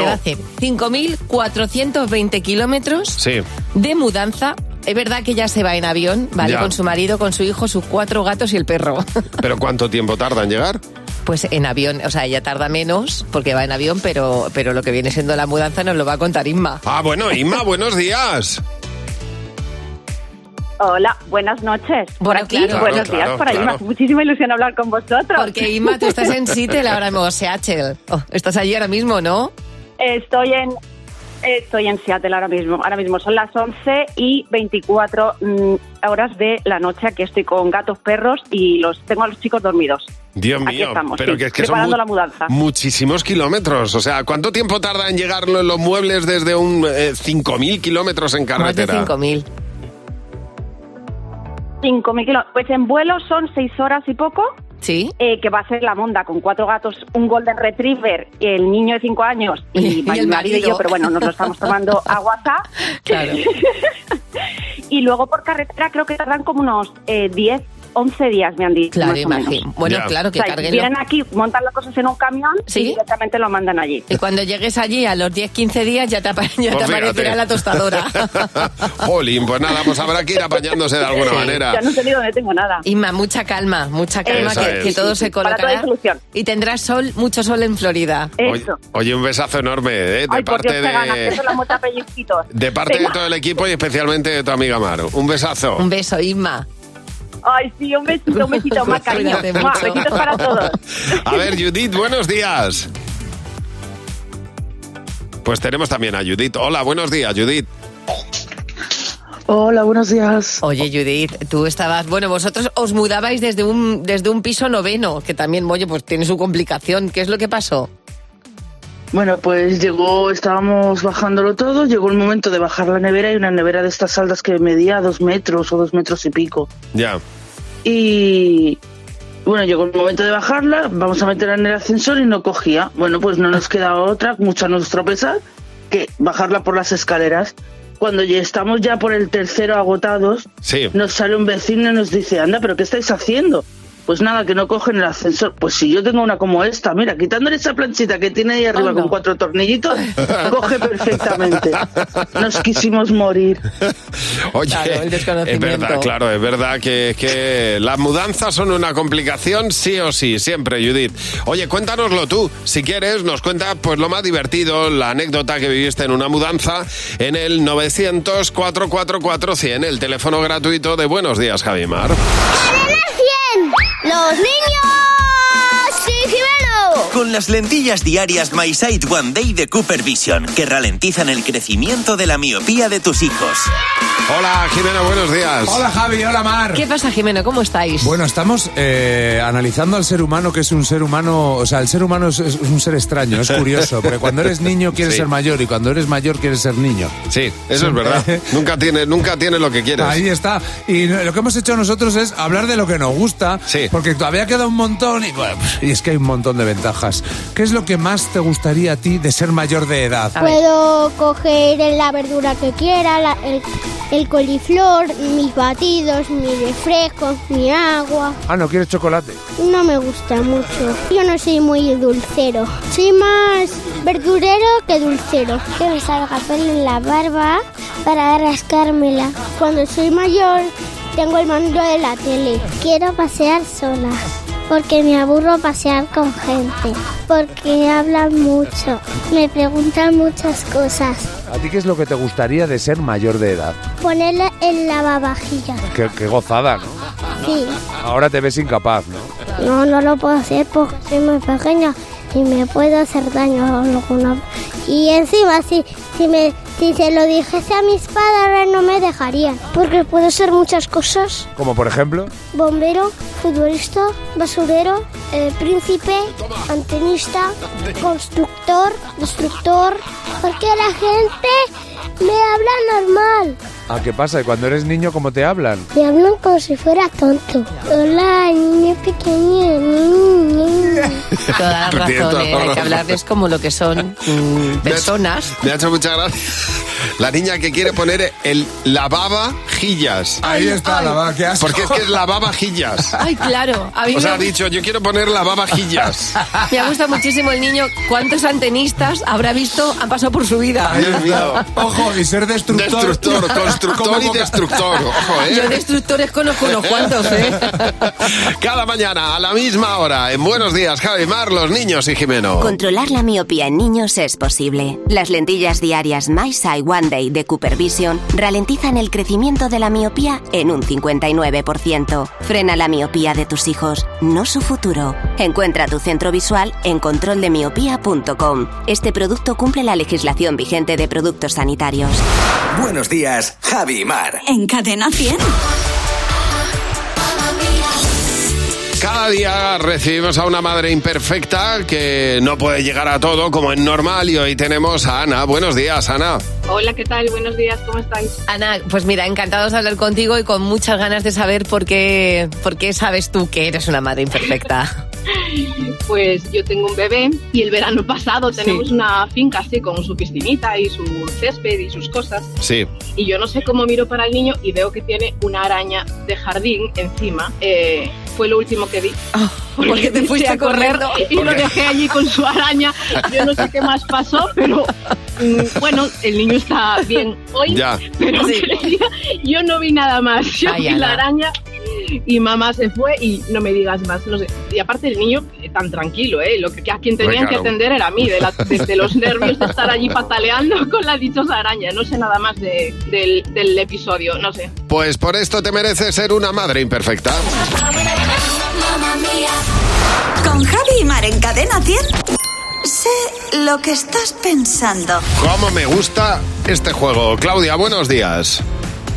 Se va a hacer 5.420 kilómetros Sí. de mudanza. Es verdad que ella se va en avión, ¿vale? Ya. Con su marido, con su hijo, sus cuatro gatos y el perro. [LAUGHS] ¿Pero cuánto tiempo tarda en llegar? Pues en avión, o sea, ella tarda menos porque va en avión, pero, pero lo que viene siendo la mudanza nos lo va a contar Inma. Ah, bueno, Inma, buenos días. Hola, buenas noches. Por aquí, claro. buenos Claro, días por ahí. claro, claro. Muchísima ilusión hablar con vosotros. Porque Inma, tú estás en Seattle ahora mismo, o Seattle. Oh, estás allí ahora mismo, ¿no? Estoy en, estoy en Seattle ahora mismo. Ahora mismo son las 11 y 24 mm, horas de la noche. Aquí estoy con gatos, perros y los tengo a los chicos dormidos. Dios mío, Aquí estamos, pero sí, que es que son preparando mu- la mudanza. muchísimos kilómetros. O sea, ¿cuánto tiempo tarda en llegar lo- los muebles desde un eh, 5.000 kilómetros en Más de carretera? 5.000. 5.000 kilómetros. Pues en vuelo son 6 horas y poco. Eh, Sí. que va a ser la monda con cuatro gatos, un golden retriever, el niño de 5 años y, [LAUGHS] Y el mi marido y marido. yo, pero bueno, nos lo estamos [LAUGHS] tomando a WhatsApp. Claro. [LAUGHS] Y luego por carretera creo que tardan como unos eh, 10, 11 días, me han dicho. Claro, más o menos. imagino. Bueno, Ya. claro, que O sea, carguen Vienen lo- aquí, montan las cosas en un camión Sí. y directamente lo mandan allí. Y cuando llegues allí a los 10, 15 días ya te, apa- [LAUGHS] ya Pues te fíjate. aparecerá la [LAUGHS] tostadora. Jolín, pues nada, pues habrá que ir apañándose [LAUGHS] de alguna manera. no sé ni dónde tengo nada. Inma, mucha calma, mucha calma, Esa que, es. que todo Sí, sí, se sí. Para colocará. todo hay solución. Y tendrás sol, mucho sol en Florida. Oye, oye, un besazo enorme ¿eh? de Ay, por parte Dios, que ganas, que de, eso la mota pellizquitos. de parte de Venga. todo el equipo y especialmente de tu amiga Maru. Un besazo. Un beso, Inma. Ay, sí, un besito, un besito, más cariño. [LAUGHS] Cuídate Mua, mucho. Besitos para todos. A ver, Judith, buenos días. Pues tenemos también a Judith. Hola, buenos días, Judith. Hola, buenos días. Oye, Judith, tú estabas. Bueno, vosotros os mudabais desde un, desde un piso noveno, que también, oye, pues tiene su complicación. ¿Qué es lo que pasó? Bueno, pues llegó, estábamos bajándolo todo, llegó el momento de bajar la nevera y una nevera de estas altas que medía dos metros o dos metros y pico. Ya. Y bueno, llegó el momento de bajarla, vamos a meterla en el ascensor y no cogía. Bueno, pues no nos queda otra, mucho a nuestro pesar, que bajarla por las escaleras. Cuando ya estamos ya por el tercero agotados, Sí. nos sale un vecino y nos dice, anda, pero ¿qué estáis haciendo? Pues nada, que no cogen el ascensor. Pues si yo tengo una como esta, mira, quitándole esa planchita que tiene ahí arriba con cuatro tornillitos, coge perfectamente. Nos quisimos morir. Oye, Claro, el es desconocimiento. verdad, claro, es verdad que, que las mudanzas son una complicación, sí o sí, siempre, Judith. Oye, cuéntanoslo tú, si quieres, nos cuenta pues lo más divertido, la anécdota que viviste en una mudanza en el 900 444 100, el teléfono gratuito de Buenos Días, Javimar. ¡Cadena 100! ¡Los niños! ¡Sí, Jimeno! Con las lentillas diarias My Sight One Day de Cooper Vision, que ralentizan el crecimiento de la miopía de tus hijos. Hola, Jimena, buenos días. Hola, Javi, hola, Mar. ¿Qué pasa, Jimeno? ¿Cómo estáis? Bueno, estamos eh, analizando al ser humano, que es un ser humano, o sea, el ser humano es, es un ser extraño, es curioso, porque cuando eres niño quieres Sí. ser mayor y cuando eres mayor quieres ser niño. Sí, eso es verdad. nunca tiene, nunca tiene lo que quieres. Ahí está. Y no- lo que hemos hecho nosotros es hablar de lo que nos gusta, porque todavía queda un montón y, bueno, y es que hay un montón de ventajas. ¿Qué es lo que más te gustaría a ti de ser mayor de edad? Puedo coger la verdura que quiera, la- el, el coliflor, mis batidos, mis refrescos, mi agua. Ah, no quieres chocolate. No me gusta mucho. Yo no soy muy dulcero. Soy más verdurero que dulcero. Que me salga pelo en la barba para rascármela. Cuando soy mayor, tengo el mando de la tele. Quiero pasear sola. Porque me aburro pasear con gente. Porque hablan mucho. Me preguntan muchas cosas. ¿A ti qué es lo que te gustaría de ser mayor de edad? Ponerla en lavavajillas. Qué, qué gozada, ¿no? Sí. Ahora te ves incapaz, ¿no? No, no lo puedo hacer porque soy muy pequeña y me puedo hacer daño alguna. Y encima, si, si, me, si se lo dijese a mis padres, no me dejarían. Porque puedo ser muchas cosas. Como por ejemplo, Bombero, futbolista, basurero, eh, príncipe, antenista, constructor, destructor. Porque la gente me habla normal. ¿a qué pasa? ¿Y cuando eres niño cómo te hablan? Me hablan como si fuera tonto. Hola, niño pequeño. niño. Toda la Tiene razón, toda eh, la hay que razón. hablarles como lo que son mm, [LAUGHS] personas. Me ha hecho mucha gracia. La niña que quiere poner el lavavajillas. Ahí está, la baba, qué asco. Porque es que es lavavajillas. Ay, claro. [LAUGHS] A mí O sea, ha me, dicho, yo quiero poner lavavajillas. me ha gustado muchísimo el niño. ¿Cuántos antenistas habrá visto han pasado por su vida? Dios mío. Ojo, y ser destructor. Destructor, constructor y [LAUGHS] Como- destructor. Ojo, ¿eh? Yo destructores conozco unos cuantos, ¿eh? Cada mañana, a la misma hora, en Buenos Días, Javi Mar, los niños y Jimeno. Controlar la miopía en niños es posible. Las lentillas diarias My Sight One Day de Cooper Vision ralentizan el crecimiento de la miopía en un 59%. Frena la miopía de tus hijos, no su futuro. Encuentra tu centro visual en controldemiopía.com. Este producto cumple la legislación vigente de productos sanitarios. Buenos días, Javi y Mar. En Cadena 100. Cada día recibimos a una madre imperfecta que no puede llegar a todo como es normal y hoy tenemos a Ana. Buenos días, Ana. [LAUGHS] Hola, ¿qué tal? Buenos días, ¿cómo estáis? Ana, pues mira, encantados de hablar contigo y con muchas ganas de saber por qué, por qué sabes tú que eres una madre [LAUGHS] imperfecta. Pues yo tengo un bebé y el verano pasado tenemos una finca así con su piscinita y su césped y sus cosas. Sí. Y yo no sé cómo miro para el niño y veo que tiene una araña de jardín encima. Eh, fue lo último que vi. Ah, porque te me fuiste eché a correr. y lo Porque- dejé allí con su araña. Yo no sé qué más pasó, pero mm, bueno, el niño está bien hoy. Ya. Pero Sí. yo no vi nada más. Yo Ay, vi la Ana. araña y mamá se fue y no me digas más. No sé. Y aparte el niño eh, tan tranquilo, ¿eh? Lo que, a quien tenían Hombre, claro. que atender era a mí, de, la- de- de los nervios de estar allí pataleando [LAUGHS] con la dichosa araña. No sé nada más de- del, del episodio, no sé. Pues por esto te mereces ser una madre imperfecta. Con Javi y Mar en Cadena 100. Sé lo que estás pensando. ¿Cómo me gusta este juego? Claudia, buenos días.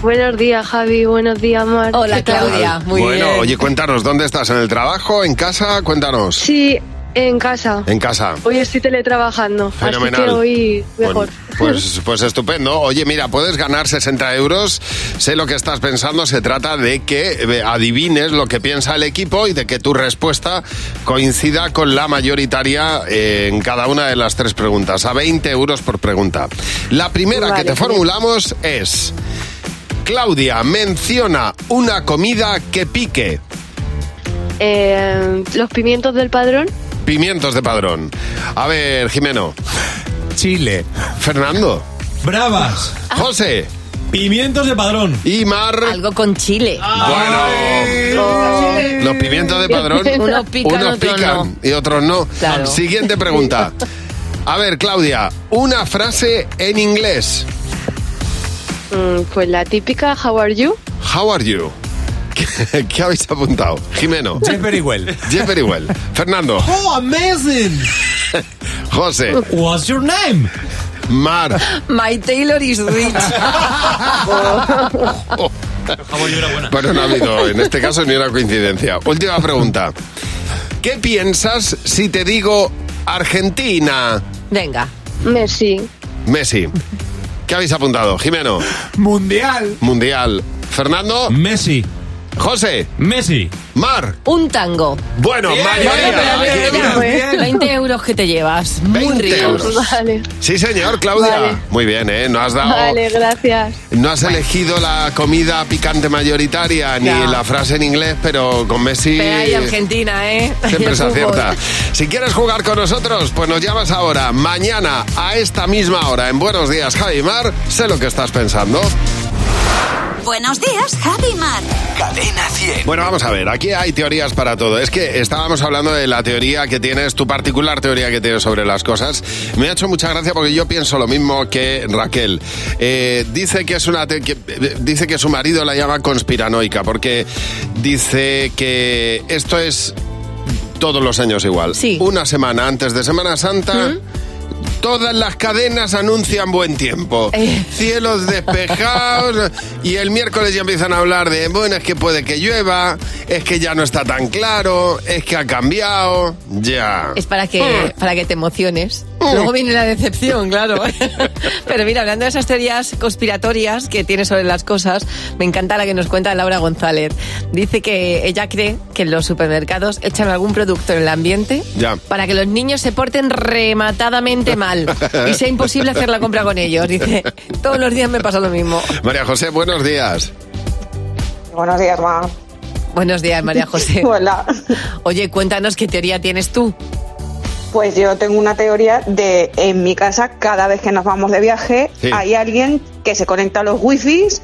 Buenos días, Javi. Buenos días, Mar. Hola, bueno, oye, cuéntanos, ¿dónde estás? ¿En el trabajo? ¿En casa? Cuéntanos. Sí, en casa. En casa. Hoy estoy teletrabajando, Fenomenal. así que hoy mejor. Bueno, pues, pues estupendo. Oye, mira, puedes ganar 60 euros. Sé lo que estás pensando. Se trata de que eh, adivines lo que piensa el equipo y de que tu respuesta coincida con la mayoritaria eh, en cada una de las tres preguntas. A 20 euros por pregunta. La primera Vale, que te genial. formulamos es... Claudia, menciona una comida que pique. Eh, los pimientos del padrón. Pimientos de padrón. A ver, Jimeno. Chile. Fernando. Bravas. José. Pimientos de padrón. Ah. Y Mar. Algo con chile. Bueno, los pimientos de padrón, [LAUGHS] Unos pican, unos otros pican no. y otros no. Claro. Siguiente [LAUGHS] pregunta. A ver, Claudia, una frase en inglés. Mm, pues la típica How are you? How are you? ¿Qué, ¿Qué habéis apuntado? Jimeno. Jeff Iguel. Jeff Iguel. Fernando. ¡Oh, amazing! José. What's your name? Mar. [LAUGHS] My Taylor is rich. Bueno, no ha habido, en este caso, ni una coincidencia. Última pregunta. ¿Qué piensas si te digo Argentina? [LAUGHS] Venga. Messi. Messi. ¿Qué habéis apuntado? Jimeno. Mundial. Mundial. Fernando. Messi. José. Messi. Mar. Un tango. Bueno, Bien, mayoría. bien, bien, Mayoría. bien. 20 euros que te llevas. Muy 20 ricos. euros. Vale. Sí, señor, Claudia. Vale. Muy bien, ¿eh? No has dado... Vale, gracias. No has elegido la comida picante mayoritaria ni Ya. la frase en inglés, pero con Messi Pero ahí Argentina, ¿eh? [LAUGHS] Ahí siempre el se fútbol. acierta. Si quieres jugar con nosotros, pues nos llamas ahora, mañana, a esta misma hora, en Buenos Días, Javi Mar. Sé lo que estás pensando. Buenos días, Javi Mar. Cadena 100. Bueno, vamos a ver, aquí hay teorías para todo. Es que estábamos hablando de la teoría que tienes, tu particular teoría que tienes sobre las cosas. Me ha hecho mucha gracia porque yo pienso lo mismo que Raquel. Eh, dice, que es una te- que- eh, dice que su marido la llama conspiranoica porque dice que esto es todos los años igual. Una semana antes de Semana Santa. Todas las cadenas anuncian buen tiempo. Cielos despejados y el miércoles ya empiezan a hablar de, bueno, es que puede que llueva, es que ya no está tan claro, es que ha cambiado, ya. Es para que, para que te emociones. Luego viene la decepción, claro. Pero mira, hablando de esas teorías conspiratorias que tiene sobre las cosas, me encanta la que nos cuenta Laura González. Dice que ella cree que en los supermercados echan algún producto en el ambiente Ya. para que los niños se porten rematadamente mal y sea imposible hacer la compra con ellos. Dice, todos los días me pasa lo mismo. María José, buenos días. Buenos días, Ma. Buenos días, María José. Hola. Oye, cuéntanos qué teoría tienes tú. Pues yo tengo una teoría de en mi casa, cada vez que nos vamos de viaje, Sí. hay alguien que se conecta a los wifis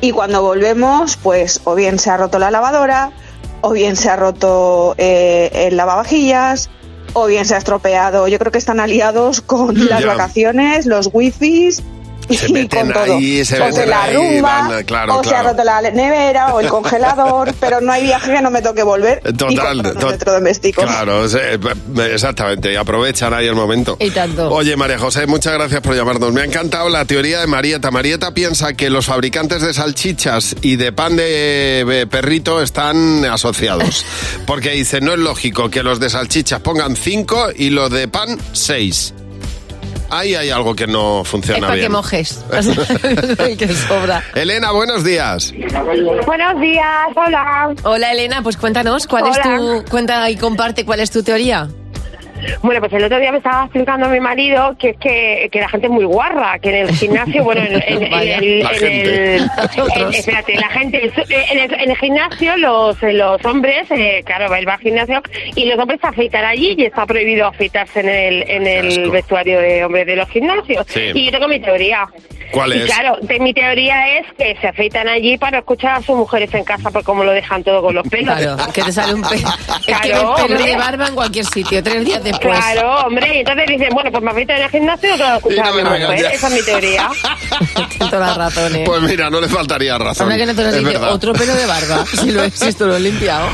y cuando volvemos, pues o bien se ha roto la lavadora, o bien se ha roto eh, el lavavajillas, o bien se ha estropeado. Yo creo que están aliados con las Mm, Ya. vacaciones, los wifis. Se y meten con todo. ahí, se o se meten la ahí, rumba, van, claro, o se ha claro. roto la nevera o el congelador, pero no hay viaje que no me toque volver. y Total, comprar un to- electrodoméstico. Eh, Claro, se- exactamente, aprovechan ahí el momento. Y tanto. Oye, María José, muchas gracias por llamarnos. Me ha encantado la teoría de Marieta. Marieta piensa que los fabricantes de salchichas y de pan de eh, perrito están asociados. Porque dice, no es lógico que los de salchichas pongan 5 y los de pan 6. Ahí hay algo que no Es funciona para que bien. [LAUGHS] mojes. El [LAUGHS] que sobra. Elena, buenos días. Buenos días, hola. Hola Elena, pues cuéntanos, ¿cuál es tu cuenta y comparte cuál es tu teoría? Bueno, pues el otro día me estaba explicando mi marido que es que, que la gente es muy guarra, que en el gimnasio, bueno, en, [LAUGHS] en- en Vaya. el... La en gente. el- Nosotros. en- espérate, la gente... En el, en el gimnasio los, los hombres, eh, claro, él va al gimnasio y los hombres se afeitan allí y está prohibido afeitarse en el, en el vestuario de hombres de los gimnasios. Sí. Y yo tengo mi teoría. ¿Cuál Y es? claro, de- mi teoría es que se afeitan allí para escuchar a sus mujeres en casa por cómo lo dejan todo con los pelos. Claro, que te sale un pelo. Es que Claro, ves pelo hombre. de barba en cualquier sitio, tres días después. Claro, hombre, y entonces dicen, bueno, pues me afeito en el gimnasio, claro, escuchar Y no a mi me mujer. regaña. "Pues, Esa es mi [LAUGHS] teoría. Tienes toda la razón, eh. Pues mira, no le faltaría razón. Hombre, que no te lo Es dice, verdad. otro pelo de barba. [LAUGHS] Si lo es, esto lo he limpiado.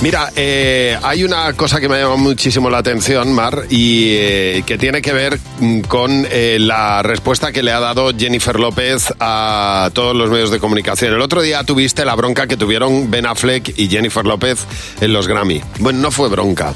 Mira, eh, hay una cosa que me ha llamado muchísimo la atención, Mar, y eh, que tiene que ver mm, con eh, la respuesta que le ha dado Jennifer López a todos los medios de comunicación. El otro día tuviste la bronca que tuvieron Ben Affleck y Jennifer López en los Grammy. Bueno, no fue bronca.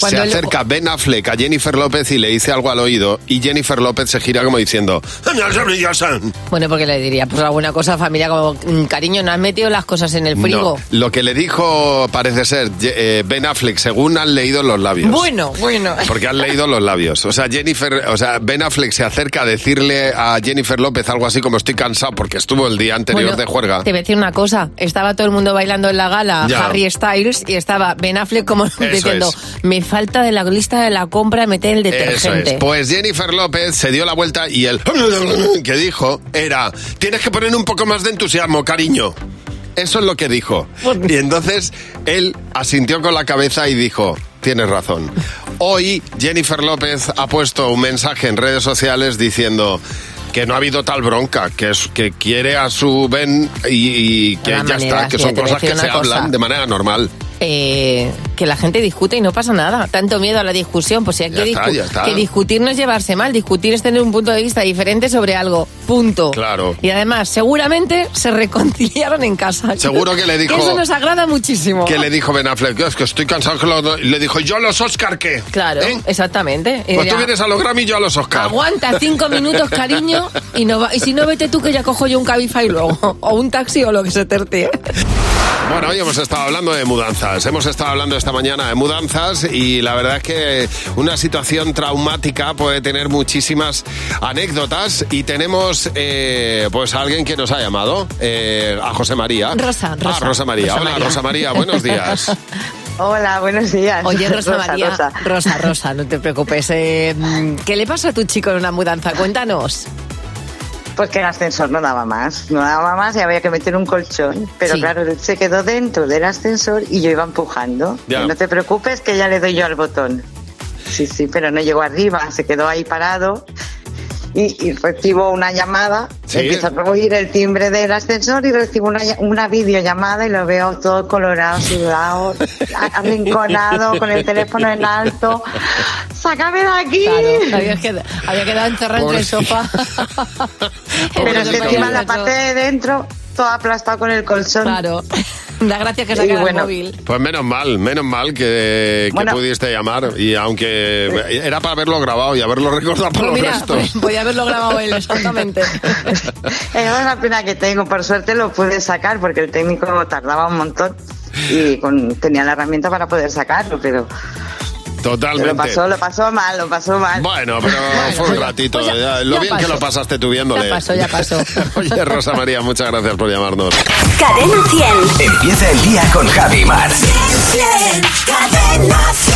Cuando el- se acerca Ben Affleck a Jennifer López y le dice algo al oído y Jennifer López se gira como diciendo... "Eh, Bueno, porque le diría, pues alguna cosa, familia, como, mm, cariño, no has metido las cosas en el frigo. No, lo que le dijo parece ser eh, Ben Affleck, según han leído los labios. Bueno, bueno. Porque han leído los labios. O sea, Jennifer, o sea, Ben Affleck se acerca a decirle a Jennifer López algo así como estoy cansado porque estuvo el día anterior Bueno, de juerga. Te voy a decir una cosa, estaba todo el mundo bailando en la gala, Ya. Harry Styles, y estaba Ben Affleck como diciendo, me falta de la lista de la compra meter el Eso detergente. es. Pues Jennifer López se dio la vuelta y el [LAUGHS] que dijo era, tienes que poner un poco más de entusiasmo, cariño. Eso es lo que dijo. Y entonces él asintió con la cabeza y dijo, tienes razón. Hoy Jennifer López ha puesto un mensaje en redes sociales diciendo, que no ha habido tal bronca, que, es, que quiere a su Ben y, y que Una ya manera, está, que sí, son te voy a cosas decir que una se cosa. hablan de manera normal. eh, que la gente discute y no pasa nada. Tanto miedo a la discusión, pues si hay Ya que, está, discu- ya está. que discutir no es llevarse mal, discutir es tener un punto de vista diferente sobre algo. Punto. Claro. Y además, seguramente se reconciliaron en casa. Seguro [LAUGHS] que le dijo- eso nos agrada muchísimo. Que le dijo Ben Affleck, es que estoy cansado que lo- y le dijo, yo a los Oscar qué. Claro, exactamente. Y ¿Eh? Pues tú dirá, vienes a los Grammy y yo a los Oscar. Aguanta cinco minutos, [LAUGHS] cariño, y, no va- y si no, vete tú que ya cojo yo un Cabify luego, o un taxi o lo que se tercie. Bueno, hoy hemos estado hablando de mudanzas. Hemos estado hablando esta mañana de mudanzas y la verdad es que una situación traumática puede tener muchísimas anécdotas y tenemos eh, pues a alguien que nos ha llamado, eh, a José María. Rosa, Rosa. Ah, Rosa María. Rosa Hola, María. Rosa [LAUGHS] María, buenos días. Hola, buenos días. Oye, Rosa, María, Rosa. Rosa. Rosa, no te preocupes. eh, mm, ¿Qué le pasa a tu chico en una mudanza? Cuéntanos. Pues que el ascensor no daba más, no daba más y había que meter un colchón. Pero claro, él se quedó dentro del ascensor y yo iba empujando. Ya. No te preocupes que ya le doy yo al botón. Sí, sí, pero no llegó arriba, se quedó ahí parado y, y recibo una llamada. Sí. Empiezo a oír el timbre del ascensor y recibo una, ll- una videollamada y lo veo todo colorado, [LAUGHS] sudado, a- arrinconado, con el teléfono en alto. ¡Sácame de aquí! había quedado, había quedado encerrado entre el sofá. Pero es que Pobrecito. encima la parte de dentro, todo aplastado con el colchón. Claro. [LAUGHS] Da gracias que Y sacara bueno. el móvil. Pues menos mal, menos mal que, que Bueno. pudiste llamar y aunque era para haberlo grabado y haberlo [LAUGHS] recordado [LAUGHS] por Pues los mira, restos. podía haberlo grabado él, exactamente. eh, Es una pena que tengo, por suerte lo pude sacar porque el técnico tardaba un montón y con- tenía la herramienta para poder sacarlo, pero Totalmente. lo pasó, lo pasó mal, lo pasó mal. Bueno, pero fue un ratito. ya- lo pues ya bien que pasó. lo pasaste tú viéndole. Ya pasó, ya pasó. Oye, Rosa María, muchas gracias por llamarnos. Cadena 100. Empieza el día con Javi Mar. Cadena 100.